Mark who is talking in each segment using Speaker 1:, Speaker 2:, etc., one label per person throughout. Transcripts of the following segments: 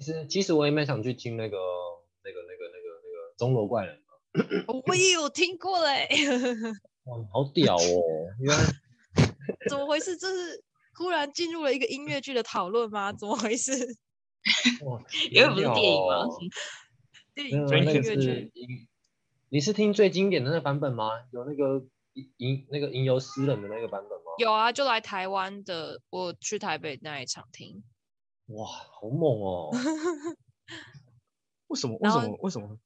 Speaker 1: 实其实我也蛮想去听那个那个那个那个那个钟楼怪人的，
Speaker 2: 我也有听过嘞、
Speaker 1: 哇，好屌哦！原来
Speaker 2: 怎么回事？这是忽然进入了一个音乐剧的讨论吗？怎么回事？
Speaker 1: 哇，
Speaker 3: 因为不是电影 吗
Speaker 1: 吗？
Speaker 2: 电
Speaker 1: 没有啊嗯
Speaker 2: 影
Speaker 1: 那
Speaker 2: 音
Speaker 1: 个
Speaker 2: 乐剧
Speaker 1: 是音，你是听最经典的那个版本吗？有那个吟吟那个吟游诗人的那个版本吗？
Speaker 2: 有啊，就来台湾的，我去台北那一场听。
Speaker 1: 哇，好猛哦！
Speaker 4: 为什么？为
Speaker 2: 然
Speaker 4: 什
Speaker 2: 后
Speaker 4: 么？为什么？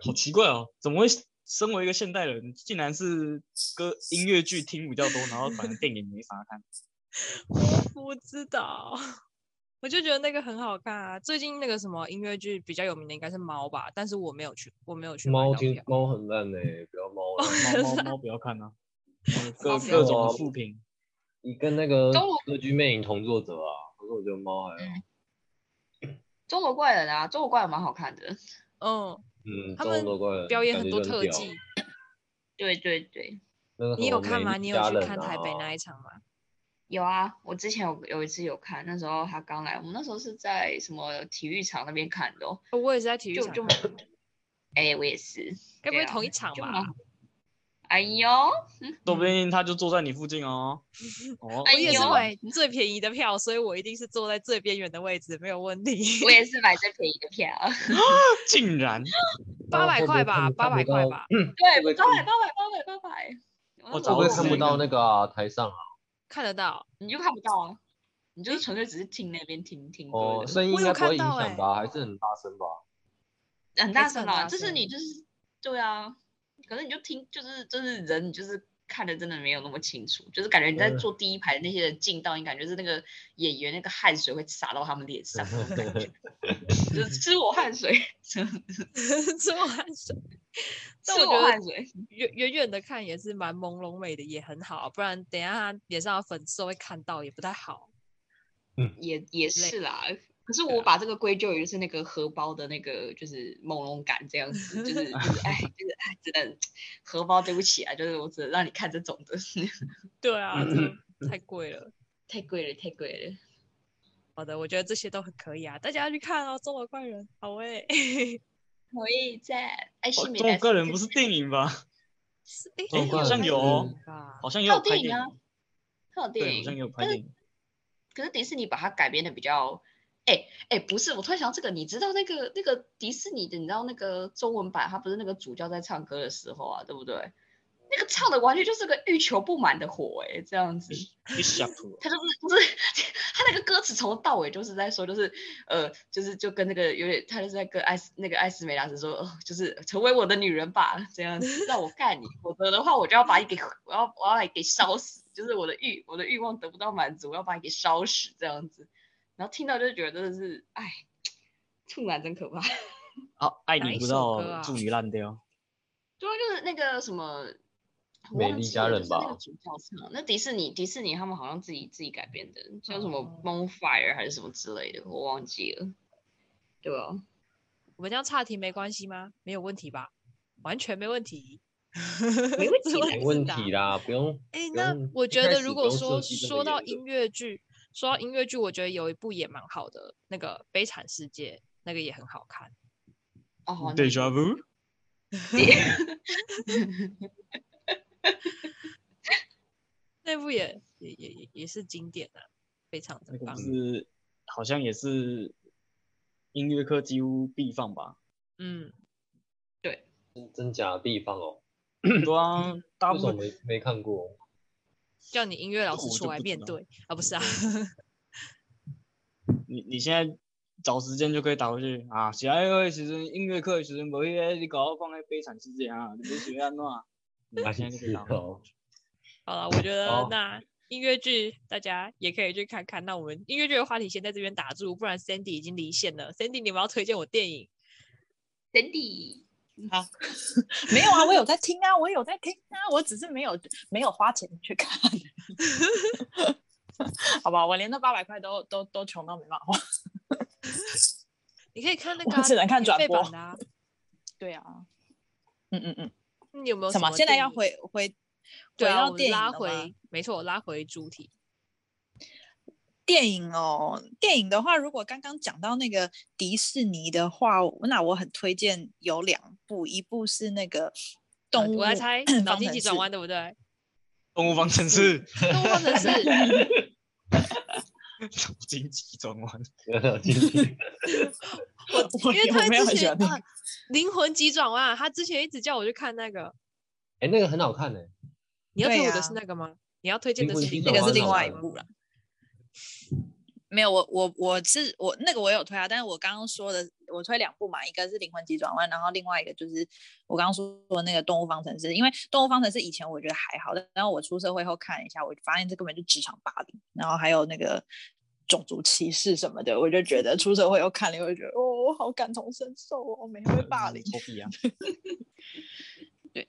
Speaker 4: 好奇怪哦，怎么会身为一个现代人，竟然是歌音乐剧听比较多，然后反正电影没啥看？
Speaker 2: 不知道，我就觉得那个很好看啊。最近那个什么音乐剧比较有名的应该是猫吧，但 是我没有去，我没有去买
Speaker 1: 猫
Speaker 2: 到
Speaker 1: 听
Speaker 2: 票
Speaker 1: 猫很烂呢、不要 猫了。
Speaker 4: 猫猫猫不要看啊，各
Speaker 2: 猫不要
Speaker 4: 各种的
Speaker 1: 看
Speaker 4: 负评。
Speaker 1: 你跟那个
Speaker 3: 中午
Speaker 1: 《歌剧魅影》同作者啊，可是我觉得猫还好。
Speaker 3: 中国怪人啊，中国怪人蛮好看的。
Speaker 2: 嗯，
Speaker 1: 嗯，
Speaker 2: 他
Speaker 1: 中
Speaker 2: 们
Speaker 1: 国怪人
Speaker 2: 表演
Speaker 1: 感
Speaker 2: 很
Speaker 1: 觉
Speaker 2: 多
Speaker 1: 就
Speaker 2: 特
Speaker 1: 屌
Speaker 2: 技。
Speaker 3: 对对对，
Speaker 1: 那个
Speaker 2: 你
Speaker 1: 什
Speaker 2: 有
Speaker 1: 么
Speaker 2: 看
Speaker 1: 美
Speaker 2: 吗？
Speaker 1: 丽
Speaker 2: 你
Speaker 1: 佳
Speaker 2: 有去
Speaker 1: 人
Speaker 2: 看
Speaker 1: 啊
Speaker 2: 台北那一场吗？
Speaker 3: 有啊，我之前有有一次有看，那时候他刚来，我们那时候是在什么体育场那边看的、哦，
Speaker 2: 哦我也是在体育
Speaker 3: 就
Speaker 2: 场
Speaker 3: 就
Speaker 2: 看，，
Speaker 3: 哎、我也是，
Speaker 2: 该不会
Speaker 3: 对啊
Speaker 2: 同一场
Speaker 3: 就
Speaker 2: 吧
Speaker 3: 蛮？哎呦，
Speaker 4: 说不定他就坐在你附近哦。哦，
Speaker 2: 我
Speaker 3: 哎
Speaker 2: 也是
Speaker 3: 呦
Speaker 2: 买最便宜的票，所以我一定是坐在最边缘的位置，没有问题。
Speaker 3: 我也是买最便宜的票，
Speaker 4: 竟然
Speaker 2: 八百块吧，八
Speaker 1: 然后会
Speaker 2: 百
Speaker 1: 不
Speaker 2: 块
Speaker 1: 会
Speaker 2: 吧，
Speaker 1: 会不会哦
Speaker 3: 对，八百八百八百八百，
Speaker 4: 我
Speaker 3: 我
Speaker 1: 怎
Speaker 4: 早
Speaker 1: 么会
Speaker 4: 就
Speaker 1: 看不
Speaker 4: 是
Speaker 1: 到那个啊台上啊？
Speaker 2: 看得到。
Speaker 3: 你就看不到啊，你就是纯粹只是听那边听听歌
Speaker 1: 哦，
Speaker 3: 的，
Speaker 1: 声音
Speaker 2: 我
Speaker 1: 应
Speaker 2: 有
Speaker 1: 该不会
Speaker 2: 看
Speaker 1: 影
Speaker 2: 到
Speaker 1: 响吧？还是很大声吧？
Speaker 3: 很大
Speaker 2: 还是
Speaker 3: 声
Speaker 2: 很
Speaker 3: 啦，
Speaker 2: 大
Speaker 3: 就是你
Speaker 2: 声
Speaker 3: 就是对啊，可是你就听，就是就是人，你就是看的真的没有那么清楚，就是感觉你在
Speaker 1: 嗯
Speaker 3: 坐第一排的那些人进到，你感觉是那个演员那个汗水会洒到他们脸上那种感 觉，就是吃我汗水，吃
Speaker 2: 吃完水，但我觉
Speaker 3: 我汗
Speaker 2: 得
Speaker 3: 水，
Speaker 2: 远远远的看也是蛮朦胧美的，也很好。不然等一下他脸上的粉刺都会看到，也不太好。
Speaker 3: 也也
Speaker 2: 之类
Speaker 3: 是啦。可是我把这个归咎于是那个荷包的那个就是朦胧感这样子，就是就是哎就是哎，真的荷包对不起啊，就是我只能让你看这种的，
Speaker 2: 对啊，
Speaker 1: 嗯
Speaker 2: 这太贵了。
Speaker 3: 太贵了太贵了。
Speaker 2: 好的，我觉得这些都很可以啊，大家要去看哦，《中国怪人》好欸诶、
Speaker 3: 我也在哎爱惜美
Speaker 4: 中国
Speaker 3: 莱斯
Speaker 4: 哦个人
Speaker 3: 这
Speaker 4: 不是
Speaker 3: 次
Speaker 4: 电影吧？
Speaker 2: 是诶
Speaker 1: 中国怪
Speaker 4: 好像
Speaker 1: 人嗯
Speaker 4: 有哦
Speaker 1: 是
Speaker 2: 吧？
Speaker 4: 好像也有
Speaker 3: 还有
Speaker 4: 拍
Speaker 3: 电
Speaker 4: 电
Speaker 3: 影啊
Speaker 4: 影，，
Speaker 3: 还有电
Speaker 4: 对，好
Speaker 3: 影，
Speaker 4: 像也有拍
Speaker 3: 但
Speaker 4: 电
Speaker 3: 是
Speaker 4: 影。
Speaker 3: 可是迪士尼把它改编的比较，哎哎，不是，我突然想到这个，你知道那个那个迪士尼的，你知道那个中文版，它不是那个主教在唱歌的时候啊，对不对？那个唱的完全就是个欲求不满的火哎、这样子，
Speaker 4: 一下谱，
Speaker 3: 他就是就是 他那个歌词从头到尾就是在说，就是呃，就是就跟那个有点，他就是在跟艾斯那个艾斯梅拉斯说，哦，就是成为我的女人吧，这样子让我干你，否则的话我就要把你给 我要我要把你给烧死，就是我的欲我的欲望得不到满足，我要把你给烧死这样子。然后听到就觉得真的是，哎，处男真可怕。
Speaker 4: 好，爱
Speaker 2: 哪
Speaker 4: 你
Speaker 2: 一
Speaker 4: 不
Speaker 2: 首
Speaker 4: 到
Speaker 2: 歌，啊
Speaker 4: 祝你烂掉。
Speaker 3: 对啊，就是那个什么。我
Speaker 1: 美
Speaker 3: 忘
Speaker 1: 丽
Speaker 3: 记
Speaker 1: 佳
Speaker 3: 了
Speaker 1: 人
Speaker 3: 就是那
Speaker 1: 吧
Speaker 3: 个主角唱，那迪士尼迪士尼他们好像自己自己改编的，叫什么
Speaker 2: 哦
Speaker 3: Bonfire 还是什么之类的，我忘记了。对啊，
Speaker 2: 我们这样岔题没关系吗？没有问题吧？完全没问题，
Speaker 3: 没问
Speaker 2: 这
Speaker 3: 题啦
Speaker 2: 题
Speaker 1: 没问题
Speaker 2: 大
Speaker 1: 啦，不 用。
Speaker 2: 哎、
Speaker 1: 不
Speaker 2: 那
Speaker 1: 用
Speaker 2: 我
Speaker 1: 一
Speaker 2: 觉
Speaker 1: 开
Speaker 2: 得
Speaker 1: 始
Speaker 2: 如
Speaker 1: 不
Speaker 2: 果
Speaker 1: 用设
Speaker 2: 说
Speaker 1: 计这么
Speaker 2: 说到
Speaker 1: 严格
Speaker 2: 音乐剧，说到音乐剧，我觉得有一部也蛮好的，那个《悲惨世界》，那个也很好看。
Speaker 3: 哦，那
Speaker 4: Deja vu，
Speaker 2: 那部也也也也也是经典啊，非常
Speaker 4: 那
Speaker 2: 的
Speaker 4: 个
Speaker 2: 棒
Speaker 4: 不。是好像也是音乐课几乎必放吧？
Speaker 2: 嗯，
Speaker 1: 真真假的地方哦，
Speaker 4: 对啊，大
Speaker 1: 为
Speaker 4: 部
Speaker 1: 什么
Speaker 4: 分
Speaker 1: 没没看 过？
Speaker 2: 叫你音乐老
Speaker 4: 这
Speaker 2: 师
Speaker 4: 我
Speaker 2: 出
Speaker 4: 就
Speaker 2: 来
Speaker 4: 不
Speaker 2: 面
Speaker 4: 知道
Speaker 2: 对啊，不 是啊，
Speaker 4: 你你现在找时间就可以打回去啊。喜爱会学生音乐课的学生，不会你搞到放在悲惨世界啊，你不学安怎？ 你
Speaker 1: 还
Speaker 4: 现在就可以
Speaker 1: 是
Speaker 4: 打回去。
Speaker 1: 哦，
Speaker 2: 好了，我觉得
Speaker 5: 哦
Speaker 1: 好
Speaker 2: 那音乐剧大家也可以去看看。那我们音乐剧的话题先在这边打住，不然 Sandy 已经离线了。Sandy，你们要推荐我电影？
Speaker 3: Sandy，
Speaker 5: 没有啊，我有在听啊，我有在听啊，我只是没有没有花钱去看。 好吧，我连那八百块都都都穷到没办法花。
Speaker 2: 你可以看那
Speaker 5: 我
Speaker 2: 个啊、
Speaker 5: 只能看
Speaker 2: 免
Speaker 5: 转
Speaker 2: 费
Speaker 5: 播
Speaker 2: 版的啊。
Speaker 5: 对啊，嗯嗯嗯，
Speaker 2: 你有没有
Speaker 5: 什么？现在
Speaker 2: 电
Speaker 5: 要
Speaker 2: 影
Speaker 5: 回回回
Speaker 2: 对啊，
Speaker 5: 到
Speaker 2: 我们
Speaker 5: 电影
Speaker 2: 拉
Speaker 5: 了吗
Speaker 2: 回，没错，拉回主体。
Speaker 5: 电影哦，电影的话，如果刚刚讲到那个迪士尼的话，那我很推荐有两部，一部是那个动物，，
Speaker 2: 呃我来猜 脑
Speaker 5: 方
Speaker 2: 筋急转
Speaker 5: 程式
Speaker 2: 弯对不对？
Speaker 4: 动物方程式，
Speaker 2: 动物方程 式，
Speaker 4: 脑筋急转弯，
Speaker 1: 有 点进去。
Speaker 5: 我
Speaker 2: 因为
Speaker 5: 我
Speaker 2: 他
Speaker 5: 没有
Speaker 2: 之
Speaker 5: 很喜
Speaker 2: 前
Speaker 5: 欢那
Speaker 2: 啊，灵魂急转弯啊，他之前一直叫我去看那个。
Speaker 1: 哎，那个很好看呢。
Speaker 2: 你要
Speaker 5: 对
Speaker 2: 推我的
Speaker 5: 呀
Speaker 2: 是那个吗？你要推荐
Speaker 1: 灵
Speaker 2: 的
Speaker 1: 魂
Speaker 2: 是
Speaker 1: 急
Speaker 2: 另
Speaker 1: 转
Speaker 5: 那个
Speaker 1: 弯
Speaker 5: 是另
Speaker 1: 好
Speaker 5: 外一
Speaker 1: 看
Speaker 5: 部啦。没有，我我我是我那个我有推啊，但是我刚刚说的我推两部嘛，一个是《灵魂急转弯》，然后另外一个就是我刚刚说的那个《动物方程式》，因为《动物方程式》以前我觉得还好，但然后我出社会后看了一下，我发现这根本就职场霸凌，然后还有那个种族歧视什么的，我就觉得出社会后看了以后，我就觉得哦，我好感同身受哦，我每天被霸凌。
Speaker 4: 臭屁啊！
Speaker 5: 对，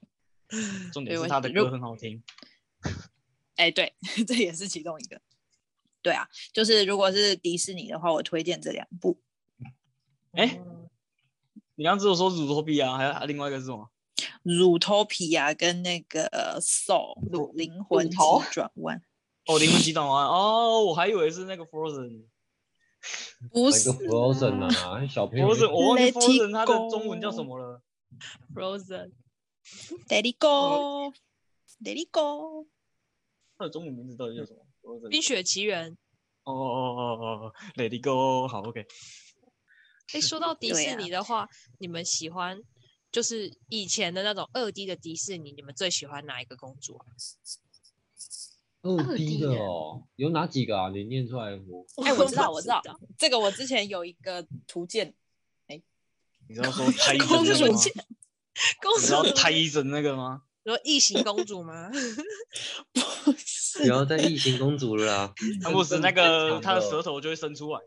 Speaker 4: 重
Speaker 5: 对
Speaker 4: 点是
Speaker 5: 我
Speaker 4: 他的
Speaker 5: 如
Speaker 4: 歌很好听，
Speaker 5: 哎，对， 这也是其中一个。对啊，就是如果是迪士尼的话，我推荐这两部。
Speaker 4: 哎你刚刚只有说乳臭屁啊，还有还有另外一个是什么？
Speaker 5: 乳头皮啊，跟那个 soul
Speaker 3: 乳
Speaker 5: 灵魂急
Speaker 3: 头
Speaker 5: 转弯，
Speaker 4: 哦，灵魂急转弯哦，我还以为是那个 Frozen。
Speaker 5: 不
Speaker 1: 那
Speaker 5: 是
Speaker 1: 个 Frozen 啊，小朋友
Speaker 4: Frozen，我忘记
Speaker 5: Let it
Speaker 4: Frozen 它的中文叫什么了。
Speaker 2: Frozen，
Speaker 5: ，Let it go，Let it go，
Speaker 4: 它的中文名字到底叫什么
Speaker 2: 《
Speaker 4: ？Frozen。
Speaker 2: 冰雪奇缘》
Speaker 4: 哦哦哦哦哦，Let it go。好，OK。
Speaker 2: 哎，说到迪
Speaker 5: 对
Speaker 2: 士
Speaker 5: 啊
Speaker 2: 尼的话，你们喜欢就是以前的那种二 D 的迪士尼，你们最喜欢哪一个公主啊？
Speaker 1: 二 D
Speaker 3: D
Speaker 1: 的
Speaker 3: 耶
Speaker 1: 哦，有哪几个啊？你念出来我。
Speaker 5: 哎我
Speaker 2: 都
Speaker 5: 知道
Speaker 2: 不
Speaker 5: 我知道 这个我之前有一个图鉴，
Speaker 4: 你知 道说 Titan
Speaker 5: 公
Speaker 4: 那个
Speaker 5: 主
Speaker 4: 吗？
Speaker 5: 见
Speaker 2: 公主
Speaker 4: 你 知道 Titan 那个吗？
Speaker 2: 你说异形公主吗？
Speaker 5: 不
Speaker 1: 不
Speaker 5: 是
Speaker 1: 要再异形公主了 啦，
Speaker 4: 汤姆斯那个
Speaker 1: 很
Speaker 4: 他的
Speaker 1: 强
Speaker 4: 舌头就会伸出来。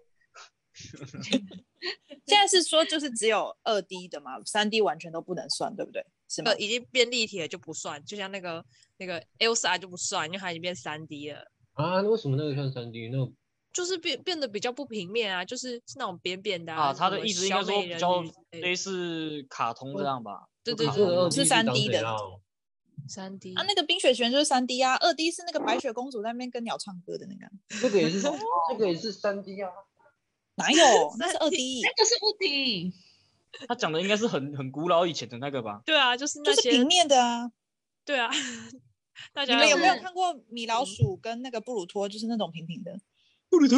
Speaker 5: 现在是说就是只有二 D 的嘛，三 D 完全都不能算，对不对？是吗
Speaker 2: 呃，？已经变立体了就不算，就像那个那个 Elsa 就不算，因为它已经变三 D 了，
Speaker 1: 啊，那为什么那个算三 D？那个
Speaker 2: 就是变变得比较不平面啊，就是是那种扁扁的
Speaker 4: 啊，
Speaker 2: 什
Speaker 4: 他的
Speaker 2: 么
Speaker 4: 意思应
Speaker 2: 小
Speaker 4: 该说
Speaker 2: 美
Speaker 4: 比
Speaker 2: 人
Speaker 4: 较
Speaker 2: 鱼之类的哦
Speaker 4: 类似卡通这样吧。
Speaker 2: 对对
Speaker 1: 卡
Speaker 2: 对
Speaker 1: 通二
Speaker 2: 对，
Speaker 1: D
Speaker 5: 是 3D
Speaker 1: 长怎
Speaker 5: 的
Speaker 1: 样
Speaker 2: 三 D
Speaker 5: 啊，那个《冰雪奇缘》就是三 D 啊，二 D 是那个白雪公主在那边跟鸟唱歌的那个啊，
Speaker 1: 那个也是那个也是三 D 啊。
Speaker 5: 哪有？那是二
Speaker 2: 3D
Speaker 5: D，
Speaker 3: 那个是不听，
Speaker 4: 他讲的应该是很很古老以前的那个吧？
Speaker 2: 对啊，就是
Speaker 5: 就
Speaker 2: 那
Speaker 5: 是
Speaker 2: 些
Speaker 5: 平面的啊。
Speaker 2: 对啊，大
Speaker 5: 你
Speaker 2: 家
Speaker 5: 们有没有
Speaker 3: 是
Speaker 5: 看过米老鼠跟那个布鲁托，就是那种平平的？
Speaker 4: 布鲁图，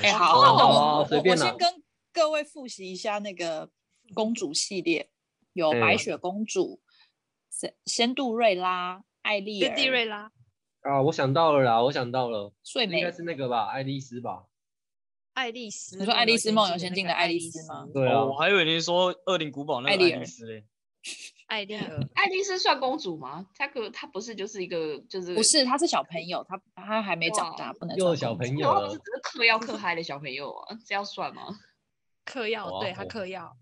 Speaker 5: 哎、
Speaker 3: 好
Speaker 5: 那
Speaker 3: 好
Speaker 5: 我
Speaker 1: 哦好
Speaker 5: 我
Speaker 1: 随
Speaker 5: 我
Speaker 1: 便啦
Speaker 5: 先跟各位复习一下那个公主系列，有白
Speaker 1: 嗯
Speaker 5: 雪公主、仙仙杜瑞拉、艾丽
Speaker 2: 跟
Speaker 5: 尔、
Speaker 2: 蒂瑞拉
Speaker 1: 啊，我想到了啦，我想到了，
Speaker 5: 睡
Speaker 1: 应
Speaker 5: 美
Speaker 1: 该。是那个吧，爱丽丝吧？
Speaker 2: 爱丽丝，
Speaker 5: 你说爱丽丝梦游仙境
Speaker 2: 那
Speaker 5: 的
Speaker 2: 个
Speaker 5: 爱
Speaker 2: 爱
Speaker 5: 丽
Speaker 2: 丽
Speaker 5: 丝吗
Speaker 1: 对啊
Speaker 4: 哦，，我还以为你说《恶灵古堡》那
Speaker 5: 艾
Speaker 4: 个
Speaker 5: 丽
Speaker 4: 爱丽
Speaker 5: 尔
Speaker 4: 丝嘞。
Speaker 2: 艾 丽儿，
Speaker 3: 爱丽丝算公主吗？她可她不是就是一个就是
Speaker 5: 不是，他是小朋友，他他还没长
Speaker 3: 哇
Speaker 5: 大，不能
Speaker 1: 又
Speaker 5: 算
Speaker 1: 有啊小
Speaker 5: 公主
Speaker 1: 朋友
Speaker 3: 然后不是
Speaker 1: 了
Speaker 3: 只，是嗑药嗑嗨的小朋友啊，这样算吗？
Speaker 2: 嗑药，
Speaker 1: 哇
Speaker 2: 对他
Speaker 1: 哦
Speaker 2: 嗑 药，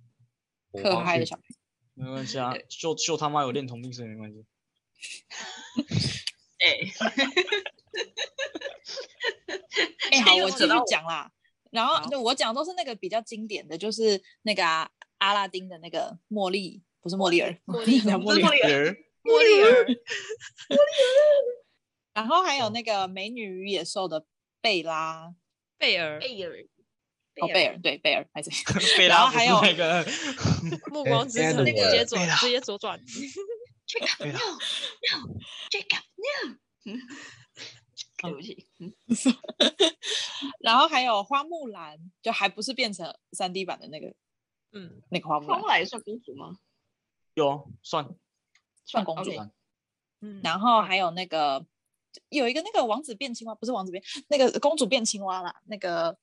Speaker 1: 我
Speaker 5: 可
Speaker 1: 发
Speaker 5: 爱的
Speaker 1: 现
Speaker 5: 小朋友。
Speaker 4: 没关系啊，秀秀他妈有恋童癖，所以没 关系。
Speaker 3: 哎，
Speaker 5: 哎、 好，我继
Speaker 3: 知
Speaker 5: 续
Speaker 3: 道。
Speaker 5: 讲啦。然后
Speaker 3: 好
Speaker 5: 那我讲的都是那个比较经典的，就是那个、啊、阿拉丁的那个茉莉，不是茉莉儿，
Speaker 2: 茉莉
Speaker 5: 叫
Speaker 2: 公主
Speaker 5: 茉莉
Speaker 4: 莉儿，
Speaker 2: 茉莉儿，
Speaker 5: 然后
Speaker 1: 嗯
Speaker 5: 还有那个《美女与野兽》的贝拉，
Speaker 2: 贝尔，
Speaker 5: 哎
Speaker 3: 尔，
Speaker 5: 哦，贝尔，对，贝尔，还是
Speaker 4: 贝
Speaker 5: 然
Speaker 4: 拉
Speaker 5: 后
Speaker 4: 不
Speaker 5: 还
Speaker 4: 是
Speaker 5: 有
Speaker 4: 那个
Speaker 2: 暮光之城，
Speaker 1: Adam
Speaker 2: 直接
Speaker 1: 尔
Speaker 2: 左
Speaker 4: 哎贝拉
Speaker 2: 直接左转，
Speaker 3: ，Jacob no no Jacob no，对不起，
Speaker 5: 然后还有花木兰，就还不是变成三 D 版的那个
Speaker 2: 嗯，
Speaker 5: 那个花木
Speaker 3: 花
Speaker 5: 兰
Speaker 3: 木，兰也算公主吗？
Speaker 4: 有算
Speaker 5: 算公主
Speaker 3: OK
Speaker 5: 吧。
Speaker 2: 嗯
Speaker 5: 然后还有那个有一个那个王子变青蛙，不是王子变那个公主变青蛙啦，那个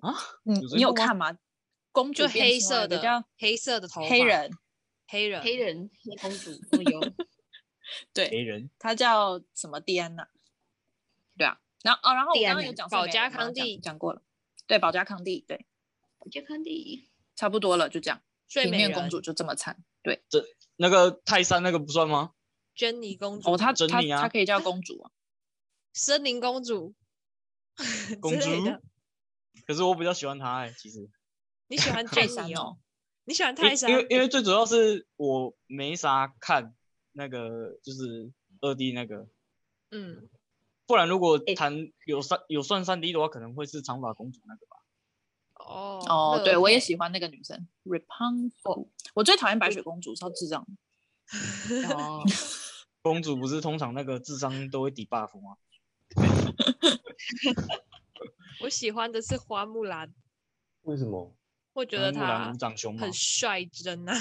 Speaker 4: 啊，
Speaker 5: 你
Speaker 4: 有这
Speaker 5: 你有
Speaker 4: 部吗
Speaker 5: 看吗？公主
Speaker 2: 就
Speaker 5: 变
Speaker 2: 黑
Speaker 5: 青蛙
Speaker 2: 色
Speaker 5: 有个
Speaker 2: 的
Speaker 5: 叫
Speaker 2: 黑色的头
Speaker 5: 黑
Speaker 2: 发
Speaker 5: 人，
Speaker 2: 黑人，
Speaker 3: 黑人黑公主，哦哟，
Speaker 5: 对，
Speaker 4: 黑人，
Speaker 5: 她叫什么蒂安娜？对啊，然后哦，然后我
Speaker 3: 蒂
Speaker 5: 刚
Speaker 3: 安
Speaker 5: 刚
Speaker 3: 娜
Speaker 5: 有讲
Speaker 2: 保
Speaker 5: 圣美
Speaker 2: 加
Speaker 5: 人嘛
Speaker 2: 康
Speaker 5: 讲
Speaker 2: 帝
Speaker 5: 讲过了，对，保加康帝，对，
Speaker 3: 杰康蒂，
Speaker 5: 差不多了，就这样。
Speaker 2: 睡
Speaker 5: 平
Speaker 2: 美
Speaker 5: 面
Speaker 2: 人
Speaker 5: 公主就这么惨，
Speaker 4: 那个泰山那个不算吗？
Speaker 2: 珍妮公主
Speaker 5: 哦，她
Speaker 4: 珍
Speaker 5: 她
Speaker 4: 妮啊
Speaker 5: 她可以叫公主啊，
Speaker 2: 森林公主 之
Speaker 4: 公
Speaker 2: 类
Speaker 4: 主
Speaker 2: 的。
Speaker 4: 可是我比较喜欢她哎，其实
Speaker 2: 你喜欢
Speaker 5: 泰
Speaker 2: 珍
Speaker 5: 山
Speaker 2: 妮
Speaker 5: 哦
Speaker 2: 哦？，你喜欢
Speaker 4: 因
Speaker 2: 泰山
Speaker 4: 因？为因为最主要是我没啥看那个就是二 D 那个，
Speaker 2: 嗯，
Speaker 4: 不然如果
Speaker 3: 哎
Speaker 4: 谈有三有算三 D 的话，可能会是长发公主那个吧。
Speaker 2: 哦
Speaker 5: 哦，对我也喜
Speaker 2: 欢。
Speaker 5: 欢那个女生 Rapunzel，我最讨厌白雪公主，超智障。
Speaker 3: 哦，
Speaker 4: 公主不是通常那个智商都会抵 buff 吗？
Speaker 2: 我喜欢的是花木兰，
Speaker 1: 为什 么？
Speaker 2: 我觉得
Speaker 4: 木兰
Speaker 2: 他
Speaker 4: 无长兄嘛
Speaker 2: 很，率真 啊，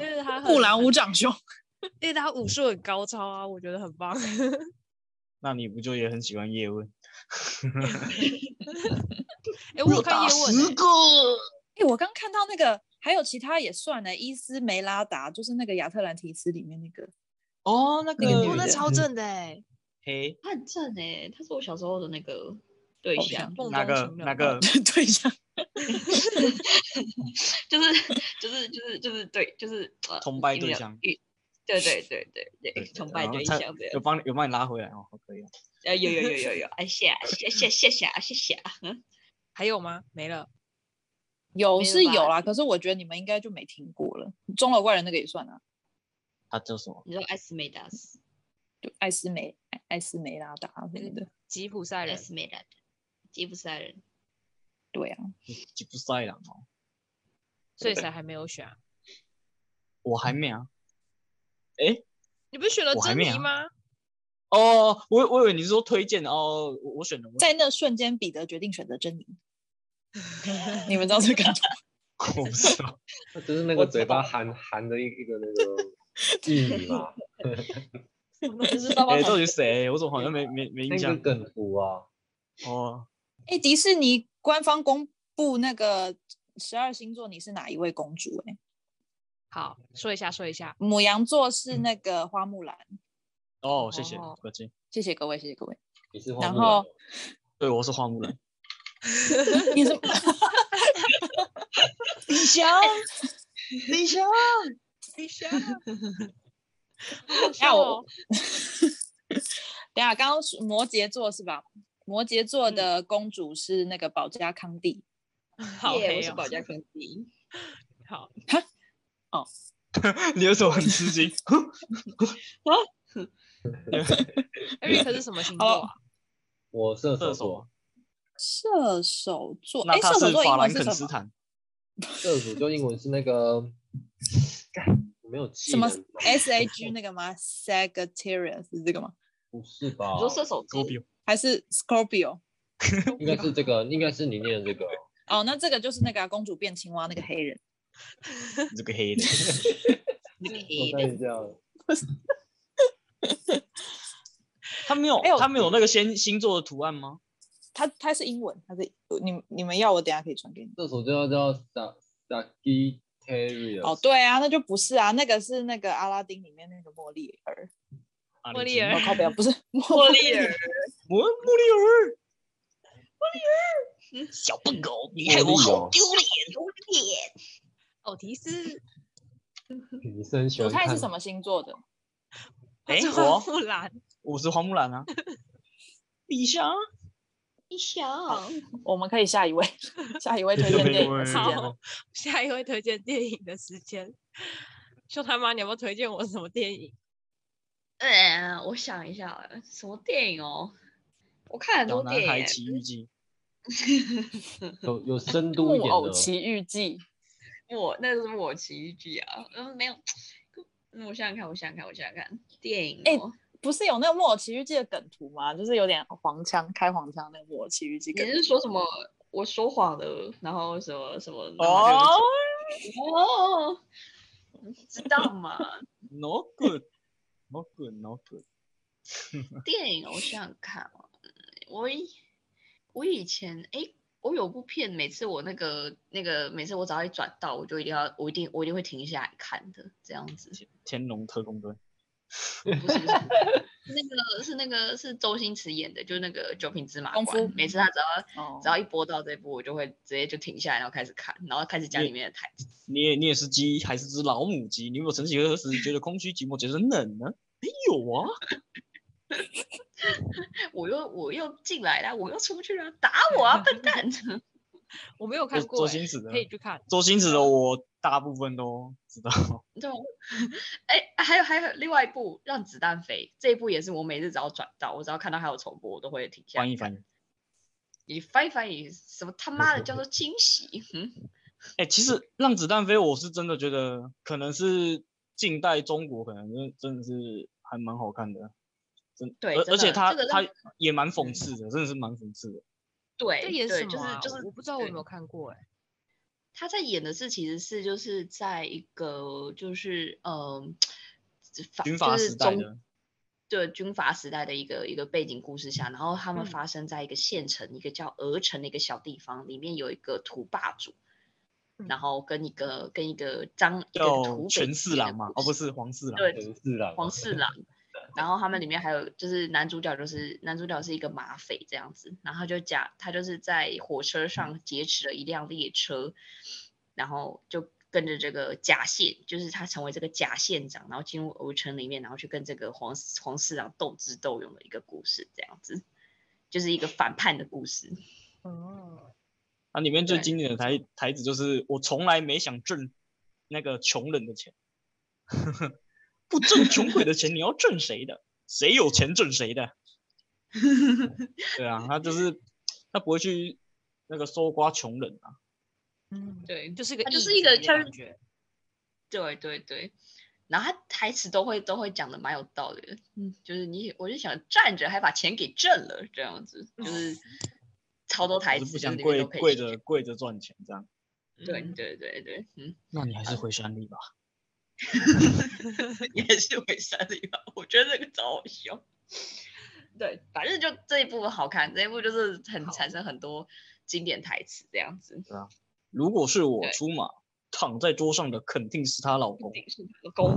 Speaker 2: 因为他很
Speaker 5: 木兰无长兄，
Speaker 2: 因为他武术很高超啊，我觉得很棒。
Speaker 4: 那你不就也很喜欢叶问？
Speaker 2: 哎，我有看叶问欸，
Speaker 3: 个，
Speaker 5: 哎，我刚看到那个，还有其他也算呢，伊斯梅拉达就是那个亚特兰提斯里面那个，
Speaker 4: 哦，那
Speaker 5: 那个女
Speaker 2: 哦，
Speaker 4: 个
Speaker 2: 那
Speaker 5: 的
Speaker 2: 超正的哎，
Speaker 4: 嘿，
Speaker 3: 他很正哎，他是我小时候的那个对
Speaker 5: 偶
Speaker 3: 象
Speaker 5: 像，
Speaker 2: 梦
Speaker 4: 那
Speaker 2: 中
Speaker 4: 个
Speaker 2: 情人哦
Speaker 4: 那个
Speaker 5: 对象
Speaker 3: 就是就是就是就是对，就是呃
Speaker 4: 崇拜对
Speaker 3: 一秒
Speaker 4: 象
Speaker 3: 一对对对对对，崇拜
Speaker 4: 然后
Speaker 3: 对
Speaker 4: 他
Speaker 3: 象这
Speaker 4: 有
Speaker 3: 样。
Speaker 4: 帮你有帮你拉回来哦，可以了。
Speaker 3: 呃，有有有有有，哎，谢谢谢谢谢啊谢谢嗯谢，
Speaker 2: 还有吗？没了。
Speaker 5: 有
Speaker 3: 没了
Speaker 5: 是
Speaker 3: 吧
Speaker 5: 有啦，可是我觉得你们应该就没听过了。钟楼怪人那个也算啊，
Speaker 4: 他叫什么？
Speaker 3: 你说艾斯梅达斯，
Speaker 5: 就艾斯梅艾艾斯梅拉达什么的，
Speaker 2: 吉普赛
Speaker 3: 艾
Speaker 2: 人，
Speaker 3: 斯梅达，吉普赛人，
Speaker 5: 对啊，
Speaker 4: 吉布赛郎哦，
Speaker 2: 所以才还没有选啊。
Speaker 4: 我还没啊。诶，
Speaker 2: 你不是选了
Speaker 4: 我还
Speaker 2: 珍
Speaker 4: 没
Speaker 2: 妮
Speaker 4: 啊
Speaker 2: 吗？
Speaker 4: 哦，我我以为你是说推荐的哦，我我选的，我
Speaker 5: 在那瞬间，彼得决定选择珍妮。 你们知道这个感觉吗？
Speaker 4: 我不知道。
Speaker 1: 那只是那个嘴巴含含的一一个那 个玉米嘛，
Speaker 2: 这是爸
Speaker 4: 诶，哎到底谁？我怎么好像没没没印
Speaker 1: 那个
Speaker 4: 象？
Speaker 1: 梗图啊，
Speaker 4: 哦，
Speaker 5: 哎，迪士尼官方公布那个十二星座，你是哪一位公主、欸？哎，
Speaker 2: 好，说一下，说一 下。
Speaker 5: 母羊座是那个花木兰。
Speaker 4: 哦，谢谢，
Speaker 2: 哦
Speaker 4: 不客气。
Speaker 5: 谢谢各位，谢谢各位。
Speaker 1: 你是花
Speaker 5: 然
Speaker 1: 木兰
Speaker 5: 后
Speaker 1: 吗，
Speaker 4: 对，我是花木兰。
Speaker 5: 你是
Speaker 4: 李 翔，李翔，
Speaker 2: 一下，
Speaker 5: 那
Speaker 2: 笑
Speaker 5: 我
Speaker 2: 哦，
Speaker 5: 等一下刚刚是摩羯座是吧？摩羯座的公主是那个保加康帝。
Speaker 2: 好
Speaker 3: 耶，我
Speaker 2: 黑
Speaker 3: 是保
Speaker 2: 哦，
Speaker 3: 加康帝，
Speaker 2: 好，
Speaker 4: 你有什么很吃 惊？
Speaker 2: 艾瑞克是什么星座
Speaker 5: 好
Speaker 2: 啊？
Speaker 1: 我射手座
Speaker 4: 射手啊，
Speaker 5: 射手座，
Speaker 4: 那
Speaker 5: 哎，
Speaker 4: 他
Speaker 5: 射手
Speaker 4: 是
Speaker 5: 座英
Speaker 4: 法
Speaker 5: 文
Speaker 4: 兰
Speaker 5: 是
Speaker 4: 肯
Speaker 5: 什
Speaker 4: 斯
Speaker 5: 么？
Speaker 4: 坦。
Speaker 1: 射手座英文是那 个，干我没有记
Speaker 5: 什么
Speaker 1: 人啊
Speaker 5: S A G 那个吗？Sagittarius 是这个吗？
Speaker 1: 不是吧
Speaker 3: 你？说射手座，
Speaker 4: Scorpio
Speaker 5: 还是 Scorpio？
Speaker 1: 应该是这个，应该是你念的这个哦。
Speaker 5: 哦，那这个就是那个啊、公主变青蛙那个黑人。
Speaker 4: 这个黑的，
Speaker 3: 那
Speaker 1: 我
Speaker 3: 个黑
Speaker 1: 看一
Speaker 3: 的，
Speaker 1: 下，
Speaker 4: 他没有
Speaker 5: 哎呦，
Speaker 4: 他没有那个星星座的图案吗？
Speaker 5: 它它是英文，它是你你们要我等一下可以传给你。
Speaker 1: 射手座叫 Sa Sagittarius。
Speaker 5: 哦，，对啊，那就不是啊，那个是那个阿拉丁里面那个茉莉儿，
Speaker 4: 啊
Speaker 2: 莫
Speaker 4: 你
Speaker 2: 里
Speaker 4: 知
Speaker 2: 尔
Speaker 5: 哦
Speaker 4: 道，
Speaker 5: 靠不要，不是
Speaker 3: 波
Speaker 5: 茉
Speaker 3: 利尔，
Speaker 4: 我莫 里尔，莫
Speaker 5: 嗯
Speaker 4: 里尔，小笨狗，你害我好
Speaker 1: 丢
Speaker 2: 奥提斯，
Speaker 1: 脸。女生喜
Speaker 5: 韭
Speaker 1: 欢
Speaker 5: 菜
Speaker 1: 看
Speaker 5: 是什？么星座的？
Speaker 2: 他
Speaker 4: 哎
Speaker 2: 是
Speaker 4: 我
Speaker 2: 花木兰，
Speaker 4: 我是花木兰啊。李翔，
Speaker 3: 一 想，
Speaker 5: 我们可以下一位， 下一位推荐电影的时间了
Speaker 2: 好。，下一位推荐电影的时间。秀他妈，你有没有推荐我什么电影？
Speaker 3: 嗯，我想一下，什么电影哦？我看很
Speaker 4: 小
Speaker 3: 多
Speaker 4: 男
Speaker 3: 电
Speaker 4: 孩
Speaker 3: 影欸，
Speaker 4: 奇遇记，
Speaker 1: 有有深
Speaker 5: 《
Speaker 1: 度一
Speaker 5: 木
Speaker 1: 点
Speaker 5: 偶
Speaker 1: 的。
Speaker 5: 奇遇记》
Speaker 3: 我那个是我奇遇记啊，嗯，没有，嗯我想想看，我想想看，我想想看，电影
Speaker 5: 哎
Speaker 3: 哦，
Speaker 5: 不是有那个《木偶奇遇记》的梗图吗？就是有点黄腔开黄腔那个《木偶奇遇记》
Speaker 3: 你是
Speaker 5: 梗图。
Speaker 3: 说什么？我说谎了，然后什么什么？然后
Speaker 5: 哦，
Speaker 3: 哦，知道嘛？
Speaker 4: No good, no good, no good。
Speaker 3: 电影我想想看哦，嗯我以我以前诶，我有部片，每次我那个那个，每次我只要一转到，我就一定要，我一定我一定会停下来看的，这样子。
Speaker 4: 天天龙特工队，
Speaker 3: 不是不是，那个是那个是周星驰演的，就那个《九品芝麻
Speaker 5: 功
Speaker 3: 官
Speaker 5: 夫》，
Speaker 3: 每次他只要
Speaker 5: 哦
Speaker 3: 只要一播到这一部，我就会直接就停下来，然后开始看，然后开始讲
Speaker 4: 你
Speaker 3: 里面的台词。
Speaker 4: 你也你也是鸡还是只老母鸡？你有没有曾几何时觉得空虚、寂寞、觉得冷呢？没有啊，
Speaker 3: 我又我又进来了，我又出去了，打我啊，笨蛋！
Speaker 2: 我没有看
Speaker 4: 周
Speaker 2: 过
Speaker 4: 周
Speaker 2: 欸、
Speaker 4: 星驰的
Speaker 2: 可，以去看。
Speaker 4: 周星驰的我大部分都知道。
Speaker 3: 对，哎、还有还有另外一部《让子弹飞》，这一部也是我每日只要转到，我只要看到它有重播，我都会停下来
Speaker 4: 翻译
Speaker 3: 看
Speaker 4: 翻译。
Speaker 3: 你翻一翻译，什么他妈的叫做惊喜？嗯，
Speaker 4: 哎、其实《让子弹飞》，我是真的觉得可能是近代中国，可能真真的是还蛮好看的。真
Speaker 3: 对
Speaker 4: 而
Speaker 3: 真
Speaker 4: 而且
Speaker 3: 的
Speaker 4: 他
Speaker 3: 这个
Speaker 4: 他
Speaker 3: 让
Speaker 4: 也蛮讽刺的，真的是蛮讽刺的。
Speaker 3: 对，
Speaker 2: 在演
Speaker 3: 对
Speaker 2: 什
Speaker 3: 就
Speaker 2: 么、
Speaker 3: 是
Speaker 2: 啊？
Speaker 3: 就是
Speaker 2: 我不知道我有
Speaker 3: 对
Speaker 2: 没有看过哎、
Speaker 3: 他在演的是其实是就是在一个就是嗯、法
Speaker 4: 军阀
Speaker 3: 就是
Speaker 4: 时代
Speaker 3: 中
Speaker 4: 的
Speaker 3: 对军阀时代的一个一个背景故事下，然后他们
Speaker 2: 嗯
Speaker 3: 发生在一个县城，一个叫鹅城的一个小地方，里面有一个土霸主，然
Speaker 2: 嗯
Speaker 3: 后跟一个跟一个张一个
Speaker 4: 叫
Speaker 3: 土
Speaker 4: 全
Speaker 3: 四
Speaker 4: 四郎嘛，哦不是黄四郎，
Speaker 3: 对
Speaker 1: 陈四郎，
Speaker 3: 黄四郎。然后他们里面还有就是男主角，就是男主角是一个马匪这样子，然后他就假他就是在火车上劫持了一辆列车，然后就跟着这个假县，就是他成为这个假县长，然后进入欧城里面，然后去跟这个黄黄市长斗智斗勇的一个故事，这样子就是一个反叛的故事。
Speaker 2: 哦，
Speaker 4: 它里面最
Speaker 3: 对
Speaker 4: 经典的台台词就是“我从来没想挣那个穷人的钱， 不挣穷鬼的钱，你要挣谁的？谁有钱挣谁 的。”对啊，他就是他不会去那个搜刮穷人啊。
Speaker 2: 嗯，
Speaker 3: 对，
Speaker 2: 就是一个
Speaker 3: 它就
Speaker 2: 义
Speaker 3: 是一个
Speaker 2: 举的
Speaker 3: 像是
Speaker 2: 感觉，
Speaker 3: 对对对，然后他台词都会都会讲的蛮有道理的，嗯，就是你我就想站着还把钱给挣了这样子，
Speaker 2: 哦
Speaker 3: 就是超多台
Speaker 4: 就是
Speaker 3: 词
Speaker 4: 不
Speaker 3: 就
Speaker 4: 想
Speaker 3: 是里
Speaker 4: 跪
Speaker 3: 面都可以
Speaker 4: 跪
Speaker 3: 去
Speaker 4: 着跪着赚钱这样。
Speaker 3: 对
Speaker 2: 嗯
Speaker 3: 对对对，嗯，
Speaker 4: 那你还是回山里吧。
Speaker 3: 也是伪善的吧？我觉得这个超好 笑。对，反正就这一部好看，这一部就是很产生很多经典台词这样子，
Speaker 4: 如果是我
Speaker 3: 对
Speaker 4: 出马，躺在桌上的肯定是她老
Speaker 3: 一
Speaker 4: 公。
Speaker 3: 定是老公。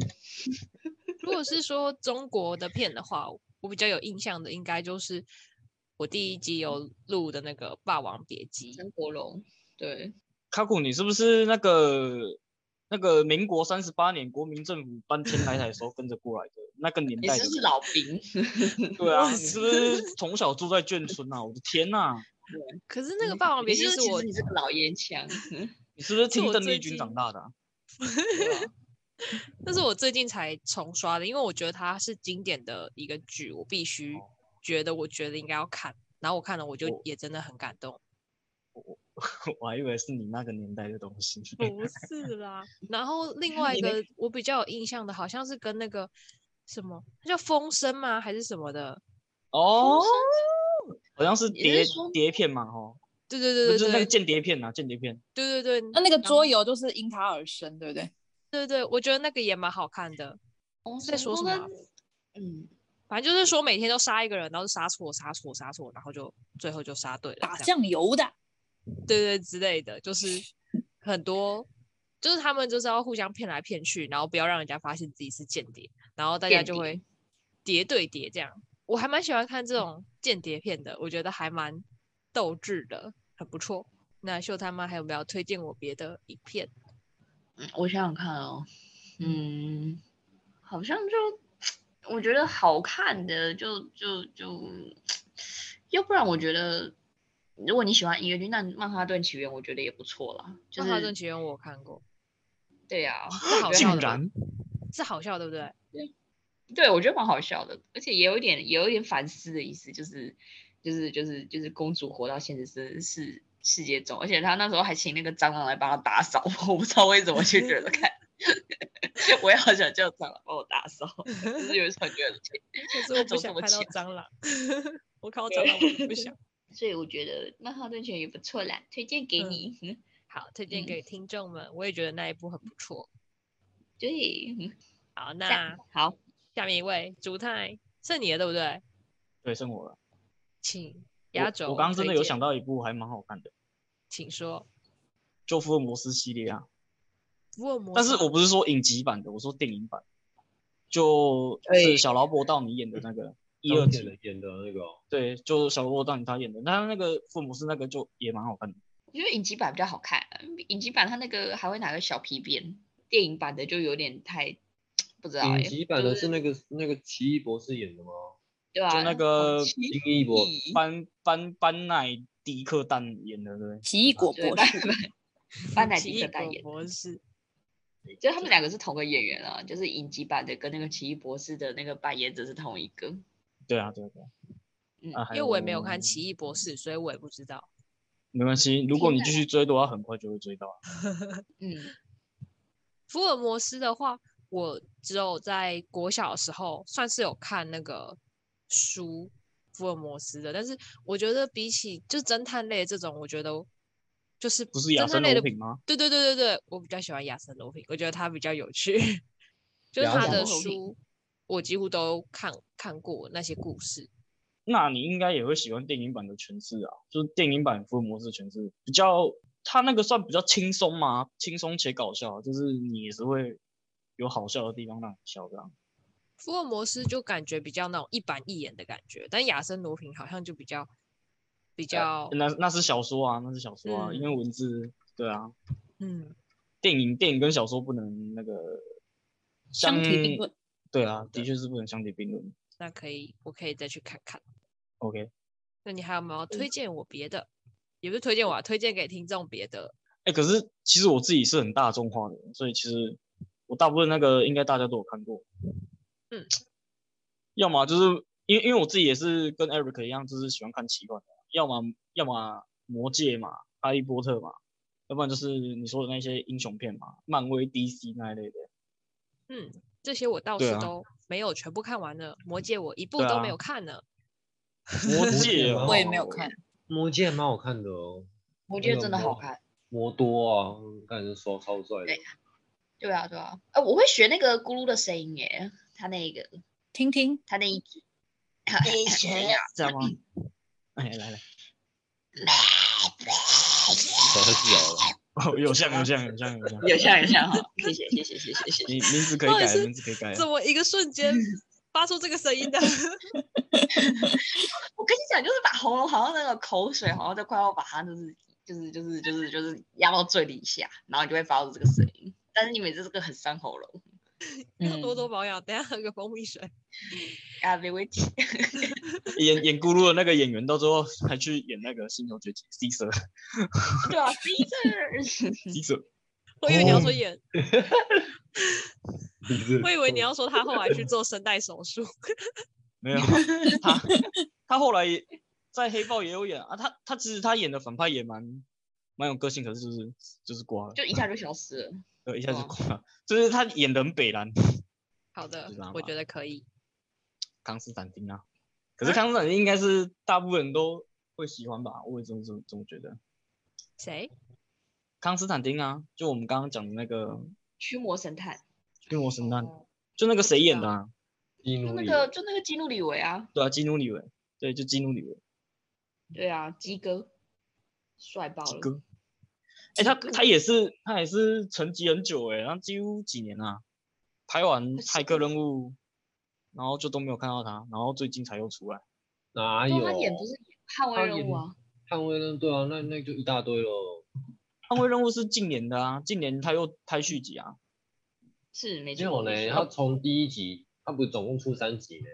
Speaker 2: 如果是说中国的片的话，我比较有印象的应该就是我第一集有录的那个《霸王别姬》，
Speaker 3: 张国荣，对，
Speaker 4: 卡古，你是不是那个那个民国三十八年国民政府搬迁来台的时候跟着过来的 那个年
Speaker 3: 你
Speaker 4: 代
Speaker 3: 是
Speaker 4: 的
Speaker 3: 不是
Speaker 4: 人？
Speaker 3: 老兵？
Speaker 4: 对啊，
Speaker 2: 哇
Speaker 4: 你是不是从小住在眷村啊？我的天呐、
Speaker 2: 可 是那个《霸王别
Speaker 3: 嗯你
Speaker 2: 姬
Speaker 3: 是不》是
Speaker 2: 是
Speaker 3: 其
Speaker 2: 我
Speaker 3: 实你是个老 烟枪。
Speaker 4: 你是不是
Speaker 2: 是
Speaker 4: 听
Speaker 2: 我
Speaker 4: 邓
Speaker 2: 最
Speaker 4: 丽君
Speaker 2: 近
Speaker 4: 长大的、啊？
Speaker 3: 对啊
Speaker 2: 那是我最近才重刷的，因为我觉得它是经典的一个剧，我必须觉得我觉得应该要看，然后我看了我就
Speaker 4: 我
Speaker 2: 也真的很感动。
Speaker 4: 我还以为是你那个年代的东西。
Speaker 2: 不是啦， 然后另外一
Speaker 3: 你那
Speaker 2: 个我比较有印象的，好像是跟那个什么，它叫风声吗？还是什么的？
Speaker 4: 哦，好像是
Speaker 3: 你是
Speaker 4: 碟
Speaker 3: 说
Speaker 4: 碟片嘛，吼，
Speaker 2: 对对
Speaker 4: 不
Speaker 2: 对
Speaker 4: 是那
Speaker 2: 对对
Speaker 4: 个间谍片啊，间谍片。
Speaker 2: 对对对
Speaker 5: 那那个桌游就是因他而生，对不对？
Speaker 2: 对对，我觉得那个也蛮好看的。
Speaker 3: 哦
Speaker 2: 在说什么啊？
Speaker 3: 嗯，
Speaker 2: 反正就是说每天都杀一个人，然后就杀错、杀错、杀错，然后就最后就杀对了，
Speaker 5: 打
Speaker 2: 这样
Speaker 5: 酱油的，
Speaker 2: 对对之类的，就是很多，就是他们就是要互相骗来骗去，然后不要让人家发现自己是间谍，然后大家
Speaker 3: 间
Speaker 2: 就
Speaker 3: 谍
Speaker 2: 会叠对叠这样。我还蛮喜欢看这种间谍片的，我觉得还蛮斗志的，很不错。那秀他妈还有没有推荐我别的影片？
Speaker 3: 嗯我想想看哦，嗯，好像就我觉得好看的就就就，要不然我觉得，如果你喜欢音乐剧，那《曼哈顿起源》我觉得也不错啦，就
Speaker 2: 《曼哈顿
Speaker 3: 是
Speaker 2: 起源》我有看过，
Speaker 3: 对啊呀、
Speaker 2: 是好
Speaker 3: 竟
Speaker 2: 笑的吧，
Speaker 4: 然
Speaker 2: 是好笑对 不对？
Speaker 3: 对我觉得蛮好笑的，而且也有一点也有一点反思的意思，就是就是就是就是公主活到现实世世世界中，而且她那时候还请那个蟑螂来帮她打扫， 我不知道为什么就觉得看， 我也好想叫蟑螂帮我打扫，就是有时候 觉得很气，
Speaker 2: 可是我不
Speaker 3: 怎么
Speaker 2: 想
Speaker 3: 这么
Speaker 2: 看到
Speaker 3: 巧
Speaker 2: 蟑螂， 我看到
Speaker 3: 对
Speaker 2: 蟑螂我就不想。
Speaker 3: 所以我觉得《曼哈顿犬》也不错啦，推荐给
Speaker 2: 嗯
Speaker 3: 你。 嗯
Speaker 2: 好，推荐
Speaker 3: 嗯
Speaker 2: 给听众们，我也觉得那一部很不错。
Speaker 3: 对，嗯
Speaker 2: 好，
Speaker 3: 这样
Speaker 2: 那
Speaker 3: 好，
Speaker 2: 下面一位竹太是你的对不对？
Speaker 4: 对，生活了。
Speaker 2: 请
Speaker 4: 我
Speaker 2: 压轴。
Speaker 4: 我刚刚真的有想，到一部还蛮好看的，
Speaker 2: 请说。
Speaker 4: 就《福尔摩斯》系列啊，
Speaker 2: 福尔摩
Speaker 4: 但
Speaker 2: 斯
Speaker 4: 是我不是说影集版的，我说电影版，就是小劳勃道尼演的那个一二
Speaker 1: 张铁
Speaker 4: 集，
Speaker 1: 的演的那个哦，
Speaker 4: 对，就是小劳勃道尼他演的，那那个福尔摩斯那个就也蛮好看的。
Speaker 3: 我觉得影集版比较好看，影集版它那个还会拿个小皮鞭，电影版的就有点太不知道、欸。
Speaker 1: 影集版的
Speaker 3: 就是
Speaker 1: 那个那个奇异博士演的吗？
Speaker 3: 对啊，
Speaker 4: 就那个
Speaker 3: 奇
Speaker 1: 金一博，
Speaker 3: 异
Speaker 4: 班班班奈迪克蛋演的，对不对？
Speaker 5: 奇异果
Speaker 3: 对
Speaker 5: 博
Speaker 3: 班
Speaker 5: 士，
Speaker 3: 班乃
Speaker 2: 奇
Speaker 3: 迪
Speaker 2: 异
Speaker 3: 克代
Speaker 2: 果
Speaker 3: 言的，
Speaker 2: 博士，
Speaker 3: 就他们两个是同个演员啊，就是影集版的跟那个奇异博士的那个扮演者是同一个。
Speaker 4: 对啊，对啊，对啊。
Speaker 3: 嗯
Speaker 4: 啊还
Speaker 2: 因为我也没有看
Speaker 4: 有
Speaker 2: 《奇异博士》，所以我也不知道。
Speaker 4: 没关系，如果
Speaker 3: 天
Speaker 4: 你
Speaker 3: 哪
Speaker 4: 继续追的话，很快就会追到啊。
Speaker 3: 嗯，
Speaker 2: 福尔摩斯的话，我只有在国小的时候算是有看那个书福尔摩斯的，但是我觉得比起就是侦探类这种，我觉得就是
Speaker 4: 不是亚
Speaker 2: 侦探
Speaker 4: 森
Speaker 2: 类
Speaker 4: 罗
Speaker 2: 的，
Speaker 4: 平吗？
Speaker 2: 对对对对对，我比较喜欢亚森罗平，我觉得他比较有趣， 就是
Speaker 1: 亚
Speaker 2: 他
Speaker 1: 森
Speaker 2: 的
Speaker 3: 罗平
Speaker 2: 书我几乎都看看过那些故事，
Speaker 4: 那你应该也会喜欢电影版的诠释啊，就是电影版福尔摩斯诠释比较，他那个算比较轻松嘛，轻松且搞笑，啊就是你也是会有好笑的地方让你笑这样。
Speaker 2: 福尔摩斯就感觉比较那种一板一眼的感觉，但亚森罗平好像就比较比较、
Speaker 4: 呃那那是小说啊，那是小说啊，
Speaker 2: 嗯
Speaker 4: 因为文字对啊，
Speaker 2: 嗯
Speaker 4: 电影电影跟小说不能那个
Speaker 5: 相提并论。
Speaker 4: 对啊，的确是不能相提并论。
Speaker 2: 那可以我可以再去看看。
Speaker 4: OK，
Speaker 2: 那你还有没
Speaker 4: 嗯
Speaker 2: 有推荐我别的？也不是推荐我、啊，推荐给听众别的。
Speaker 4: 哎、可是其实我自己是很大众化的人，所以其实我大部分那个应该大家都有看过。
Speaker 2: 嗯，
Speaker 4: 要么就是因为因为我自己也是跟 Eric 一样，就是喜欢看奇幻的，啊要么要么魔戒嘛，哈利波特嘛，要不然就是你说的那些英雄片嘛，漫威、DC 那一类的。
Speaker 2: 嗯，这些我倒
Speaker 4: 对
Speaker 2: 是
Speaker 4: 啊
Speaker 2: 都没有全部看完呢，魔戒》我一部
Speaker 4: 对
Speaker 2: 都
Speaker 4: 啊
Speaker 2: 没有看呢。
Speaker 4: 魔戒
Speaker 1: 戒
Speaker 4: 哦
Speaker 1: 吗
Speaker 5: 我也没有看，
Speaker 1: 魔戒蛮好看的哦，
Speaker 3: 我觉得真的好
Speaker 1: 那个魔
Speaker 3: 看。
Speaker 1: 魔多啊，感觉超超帅的
Speaker 3: 对。对啊，对啊，哎、我会学那个咕噜的声音耶，他那个
Speaker 5: 听听，
Speaker 3: 他那一句，
Speaker 4: 这样吗？哎，来来，
Speaker 1: 好像是有 了，
Speaker 4: 哦，有像有像有像有像，
Speaker 3: 有像有像 哈，谢谢谢谢谢谢谢谢。
Speaker 4: 你名字可以
Speaker 2: 到底
Speaker 4: 改，
Speaker 2: 是
Speaker 4: 名字可以改。
Speaker 2: 怎么一个瞬 间发出这个声音的？
Speaker 3: 我跟你讲，就是把喉咙好像那个口水，好像都快要把它就是就是就是就是就是压到最底下，然后你就会发出这个声音。但是你每次这个很伤喉咙，
Speaker 2: 要多
Speaker 5: 嗯
Speaker 2: 多保养，等一下喝个蜂蜜水。
Speaker 3: 啊，没问题。
Speaker 4: 演演咕噜的那个演员，到最后还去演那个《星球崛起》Caesar
Speaker 3: 对啊，Caesar，
Speaker 4: Caesar，
Speaker 2: 我以为你要
Speaker 4: 哦
Speaker 2: 说演，
Speaker 1: 你是
Speaker 2: 我以为你要说他后来去做声带手术。
Speaker 4: 没有 他，他后来也在黑豹也有演啊。他他其实他演的反派也蛮蛮有个性，可是就是就是挂了， 呃
Speaker 3: 就一下就消失了。
Speaker 4: 对，一下就
Speaker 3: 哦
Speaker 4: 挂了。就是他演的很北蓝，
Speaker 2: 好的
Speaker 4: 知道，
Speaker 2: 我
Speaker 4: 吧
Speaker 2: 觉得可以。
Speaker 4: 康斯坦丁啊。可是康斯坦丁应该是大部分人都会喜欢吧？我也这么这么这么觉得。
Speaker 2: 谁？
Speaker 4: 康斯坦丁啊，就我们刚刚讲的那个
Speaker 3: 驱魔神探，
Speaker 4: 驱魔神探，
Speaker 3: 哦
Speaker 4: 就那个谁演的、
Speaker 2: 道
Speaker 4: 啊？
Speaker 1: 基
Speaker 3: 就
Speaker 1: 努
Speaker 3: 那
Speaker 1: 里啊
Speaker 3: 个就那个基努里维啊，
Speaker 4: 对啊，基努里维，对，就基努里维。
Speaker 3: 对啊，鸡哥，帅爆了。
Speaker 4: 哥，哎、他他也是他也是沉寂很久哎、然后几乎几年啊，拍
Speaker 1: 哎
Speaker 4: 完《
Speaker 3: 是
Speaker 4: 骇
Speaker 1: 哦
Speaker 4: 客任务》，然后就都没有看到他，然后最近才又出来。
Speaker 1: 哪
Speaker 3: 对
Speaker 1: 有？
Speaker 3: 啊他演不是演捍卫
Speaker 1: 他
Speaker 3: 任
Speaker 1: 演
Speaker 3: 务啊？
Speaker 1: 捍卫任对啊，那那就一大堆喽。
Speaker 4: 捍卫任务是近年的啊，近年他又拍续集啊，
Speaker 3: 是没
Speaker 1: 没有
Speaker 3: 错。没
Speaker 1: 呢，
Speaker 3: 错
Speaker 1: 他从第一集，他不是总共出三集呢？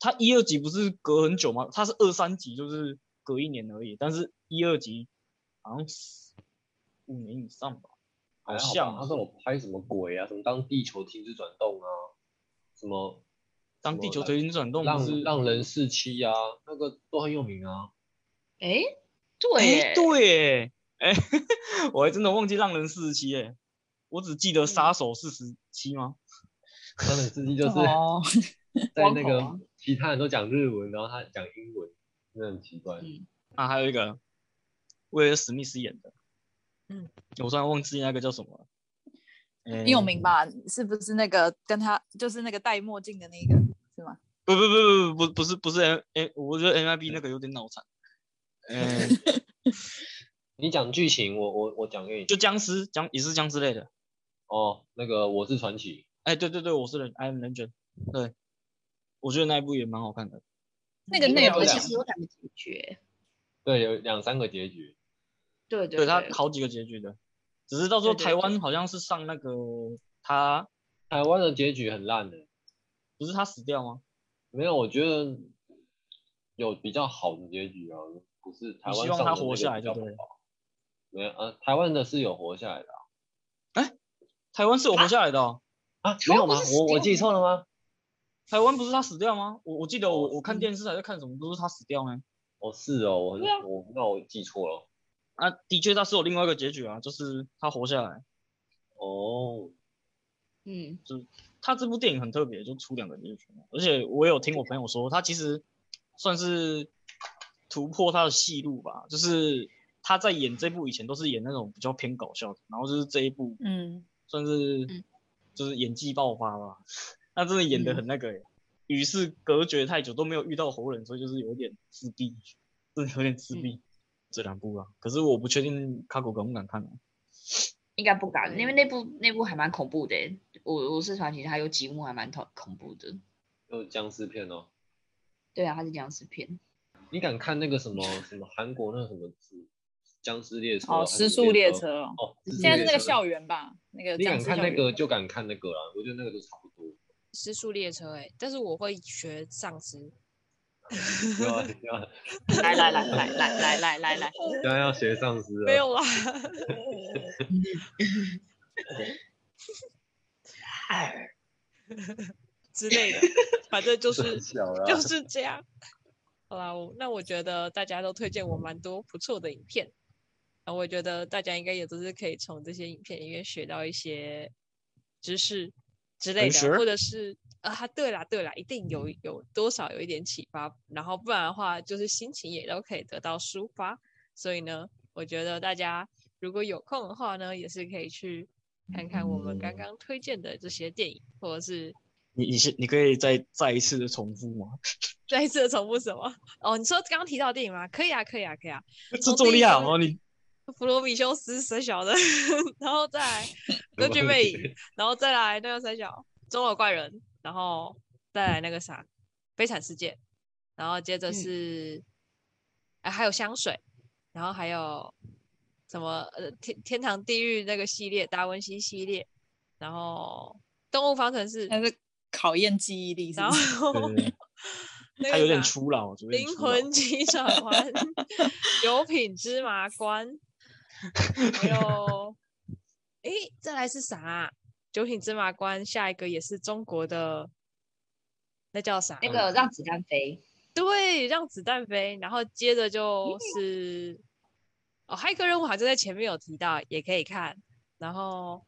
Speaker 4: 他一二集不是隔很久吗？他是二三集，就是隔一年而已，但是一二集好像是五年以上吧，
Speaker 1: 还好吧
Speaker 4: 像啊
Speaker 1: 他说我拍什么鬼啊？什么当地球停止转动啊？什么
Speaker 4: 当地球推进转动不
Speaker 1: 让
Speaker 4: 是？
Speaker 1: 让人士气啊？那个都很有名啊。
Speaker 3: 哎，
Speaker 4: 哎、
Speaker 3: 对耶，
Speaker 4: 对耶，哎、 我还真的忘记让人四十七哎，我只记得杀手四十七吗？
Speaker 1: 当然士气 就是
Speaker 5: 哦，
Speaker 1: 在那
Speaker 3: 光头
Speaker 1: 个
Speaker 3: 啊
Speaker 1: 其他人都讲日文，然后他讲英文，真的很奇怪。
Speaker 3: 嗯
Speaker 4: 啊，还有一个威尔史密斯演的，
Speaker 2: 嗯，
Speaker 4: 我突然忘记那个叫什么哎了，
Speaker 5: 很有
Speaker 4: 诶
Speaker 5: 名吧？是不是那个跟他就是那个戴墨镜的那个是吗？
Speaker 4: 不不不不不不是不是 M 哎，我觉得 MIB 那个有点脑残，嗯，
Speaker 1: 你讲剧情，我我我讲给你听。
Speaker 4: 就僵尸僵也是僵尸类的，
Speaker 1: 哦，那个我是传奇，
Speaker 4: 哎、对对对，我是人 I'm 人卷，对，我觉得那一部也蛮好看的，
Speaker 5: 那个
Speaker 3: 诶
Speaker 5: 内
Speaker 3: 我
Speaker 5: 容
Speaker 3: 们
Speaker 1: 是这
Speaker 3: 其实有两个主角。
Speaker 1: 对，有两三个结局。
Speaker 3: 对对
Speaker 4: 对它
Speaker 3: 对，
Speaker 4: 好几个结局的，只是到时候
Speaker 3: 对对
Speaker 4: 台
Speaker 3: 对
Speaker 4: 湾好像是上那个他
Speaker 1: 台湾的结局很烂的，
Speaker 4: 不是他死掉吗？
Speaker 1: 没有，我觉得有比较好的结局啊，不是台湾
Speaker 4: 希
Speaker 1: 上
Speaker 4: 望他
Speaker 1: 的那
Speaker 4: 活
Speaker 1: 个
Speaker 4: 下
Speaker 1: 比
Speaker 4: 来就
Speaker 1: 较
Speaker 4: 对
Speaker 1: 不
Speaker 4: 了
Speaker 1: 好没有，呃，台湾的是有活下来的
Speaker 4: 台湾是有活下来的、哦，
Speaker 1: 啊，啊
Speaker 3: 台
Speaker 1: 没有
Speaker 3: 湾不
Speaker 1: 吗？
Speaker 3: 是死
Speaker 1: 我我
Speaker 3: 掉
Speaker 1: 记
Speaker 3: 吗
Speaker 1: 错了吗？
Speaker 4: 台湾不是他死掉吗？我我记得我
Speaker 1: 哦
Speaker 4: 我看
Speaker 3: 嗯
Speaker 4: 电视还在看什么，不是他死掉吗？
Speaker 1: 哦，是哦，我很
Speaker 4: 对啊
Speaker 1: 我那我记错了。
Speaker 4: 啊，的确他是有另外一个结局啊，就是他活下来。
Speaker 1: 哦，
Speaker 3: 嗯，
Speaker 4: 他这部电影很特别，就出两个结局嘛，而且我有听我朋友说，他其实算是突破他的戏路吧，就是他在演这部以前都是演那种比较偏搞笑的，然后就是这一部
Speaker 5: 嗯，
Speaker 4: 算是、
Speaker 3: 嗯
Speaker 4: 就是演技爆发吧， 他真的演
Speaker 2: 嗯
Speaker 4: 的很那个耶、欸与世隔绝太久都没有遇到活人，所以就是有点自闭，真的有点自
Speaker 2: 嗯
Speaker 4: 闭、这两部啊。可是我不确定卡狗敢不敢看啊。
Speaker 3: 应该不敢，因
Speaker 5: 嗯
Speaker 3: 为那部那部还蛮恐怖的欸。我我是传奇，它有几幕还蛮恐恐怖的。
Speaker 1: 就僵尸片哦。
Speaker 3: 对啊，它是僵尸片。
Speaker 1: 你敢看那个 什么什么韩国那个什么僵尸列车？
Speaker 5: 哦，
Speaker 1: 还是
Speaker 5: 失
Speaker 1: 什么
Speaker 5: 速列
Speaker 1: 车。
Speaker 5: 车哦，
Speaker 1: 哦，
Speaker 3: 现
Speaker 1: 失速
Speaker 5: 现在是
Speaker 1: 列
Speaker 5: 那个
Speaker 1: 车
Speaker 5: 校园吧？那个
Speaker 1: 你
Speaker 5: 僵
Speaker 1: 敢
Speaker 5: 尸
Speaker 1: 看
Speaker 5: 校
Speaker 1: 那
Speaker 5: 园
Speaker 1: 个就敢看那个啦，我觉得那个都差 不多。
Speaker 2: 时速列车、欸，哎，但是我会学丧尸，
Speaker 1: 不要不要，
Speaker 5: 来来来来来来来来来，
Speaker 1: 现在啊要学丧尸了。
Speaker 2: 没有啦， 之类的，反正就是
Speaker 1: 小啦。
Speaker 2: 就是这样。好啦，我那我觉得大家都推荐我蛮多不错的影片，啊，我觉得大家应该也都是可以从这些影片里面学到一些知识之类
Speaker 4: 文
Speaker 2: 的，
Speaker 4: 学
Speaker 2: 或者是啊，对啦对啦，一定有有多少有一点启发，然后不然的话就是心情也都可以得到抒发。所以呢，我觉得大家如果有空的话呢，也是可以去看看我们刚刚推荐的这些电影，或者是
Speaker 4: 你你先，你可以再再一次的重复吗？
Speaker 2: 再一次的重复什么？哦，你说刚刚提到的电影吗？可以啊，可以啊，可以啊。
Speaker 4: 这
Speaker 2: 从
Speaker 4: 这么
Speaker 2: 第一
Speaker 4: 厉害
Speaker 2: 个
Speaker 4: 哦，你
Speaker 2: 弗罗米修斯三小的， 然后再来歌剧魅影，然后再来那个三小钟楼怪人，然后再来那个啥悲惨世界，然后接着
Speaker 3: 嗯
Speaker 2: 是、哎还有香水，然后还有什么呃天天堂地狱那个系列达文西系列，然后动物方程式，
Speaker 5: 那是考验记忆力是
Speaker 2: 然
Speaker 5: 不是，
Speaker 2: 后
Speaker 4: 对对
Speaker 2: 那
Speaker 4: 他
Speaker 2: 个
Speaker 4: 有点
Speaker 2: 啥
Speaker 4: 粗老，有点
Speaker 2: 灵
Speaker 4: 粗老
Speaker 2: 魂急转弯、九品芝麻官，还有，诶，再来是啥啊、九品芝麻官下一个也是中国的，那叫啥？
Speaker 3: 那个让子弹飞，
Speaker 2: 对，让子弹飞，然后接着就是哦，骇客任务好像在前面有提到，也可以看。然后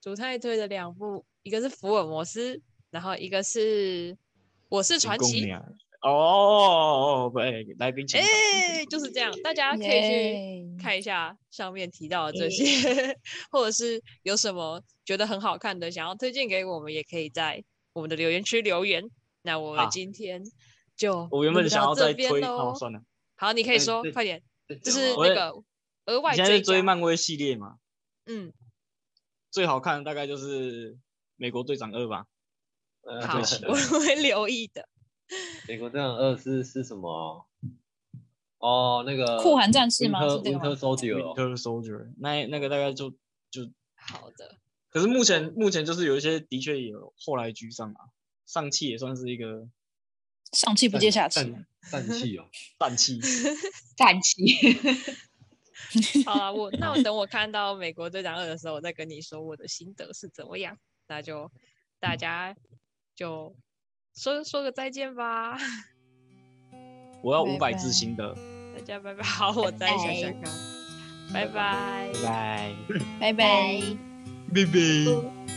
Speaker 2: 主太推的两部，一个是福尔摩斯，然后一个是我是传
Speaker 4: 公
Speaker 2: 奇。
Speaker 4: 鸟哦哦哦，不，哎，来宾请讲。
Speaker 2: 哎、就是这样，大家可以去看一下上面提到的这些， 或者是有什么觉得很好看的，想要推荐给我们，也可以在我们的留言区留言。那我们
Speaker 4: 啊
Speaker 2: 今天就
Speaker 4: 我原
Speaker 2: 录
Speaker 4: 本想
Speaker 2: 到
Speaker 4: 要
Speaker 2: 这
Speaker 4: 再
Speaker 2: 边
Speaker 4: 推，
Speaker 2: 喽
Speaker 4: 哦，算了，
Speaker 2: 好，你可以
Speaker 1: 再
Speaker 2: 说
Speaker 1: 再，
Speaker 2: 快点，
Speaker 1: 在
Speaker 2: 就
Speaker 1: 讲
Speaker 2: 是
Speaker 1: 吗
Speaker 4: 我
Speaker 2: 那
Speaker 4: 也
Speaker 2: 个额外
Speaker 4: 你现在在
Speaker 2: 追
Speaker 4: 追
Speaker 2: 加
Speaker 4: 漫威系列嘛？
Speaker 2: 嗯，
Speaker 4: 最好看的大概就是《美国队长二》吧。
Speaker 1: 呃
Speaker 2: 好
Speaker 4: 对 是，的
Speaker 2: 我会留意的。
Speaker 1: 美国队长二是是什么？哦，那个
Speaker 5: 酷寒战士吗
Speaker 1: Winter
Speaker 5: 是这个吗
Speaker 1: Winter Soldier 哦
Speaker 4: Winter Soldier，那那个大概就就，
Speaker 2: 好的，
Speaker 4: 可是目前目前就是有一些的确有后来居上啊，上汽也算是一个
Speaker 5: 上气不接下气。
Speaker 1: 氮 氮气哦，
Speaker 4: 氮气。
Speaker 3: 战旗。
Speaker 2: 好了， 我那我等我看到《美国队长二》的时候，我再跟你说我的心得是怎么样。那就大家就说说个再见吧，
Speaker 4: 我要
Speaker 5: 拜
Speaker 4: 五百
Speaker 5: 拜
Speaker 4: 字新的，
Speaker 2: 大家拜拜。好，我再想想看，拜拜
Speaker 4: 拜拜
Speaker 5: 拜拜。
Speaker 4: 拜拜。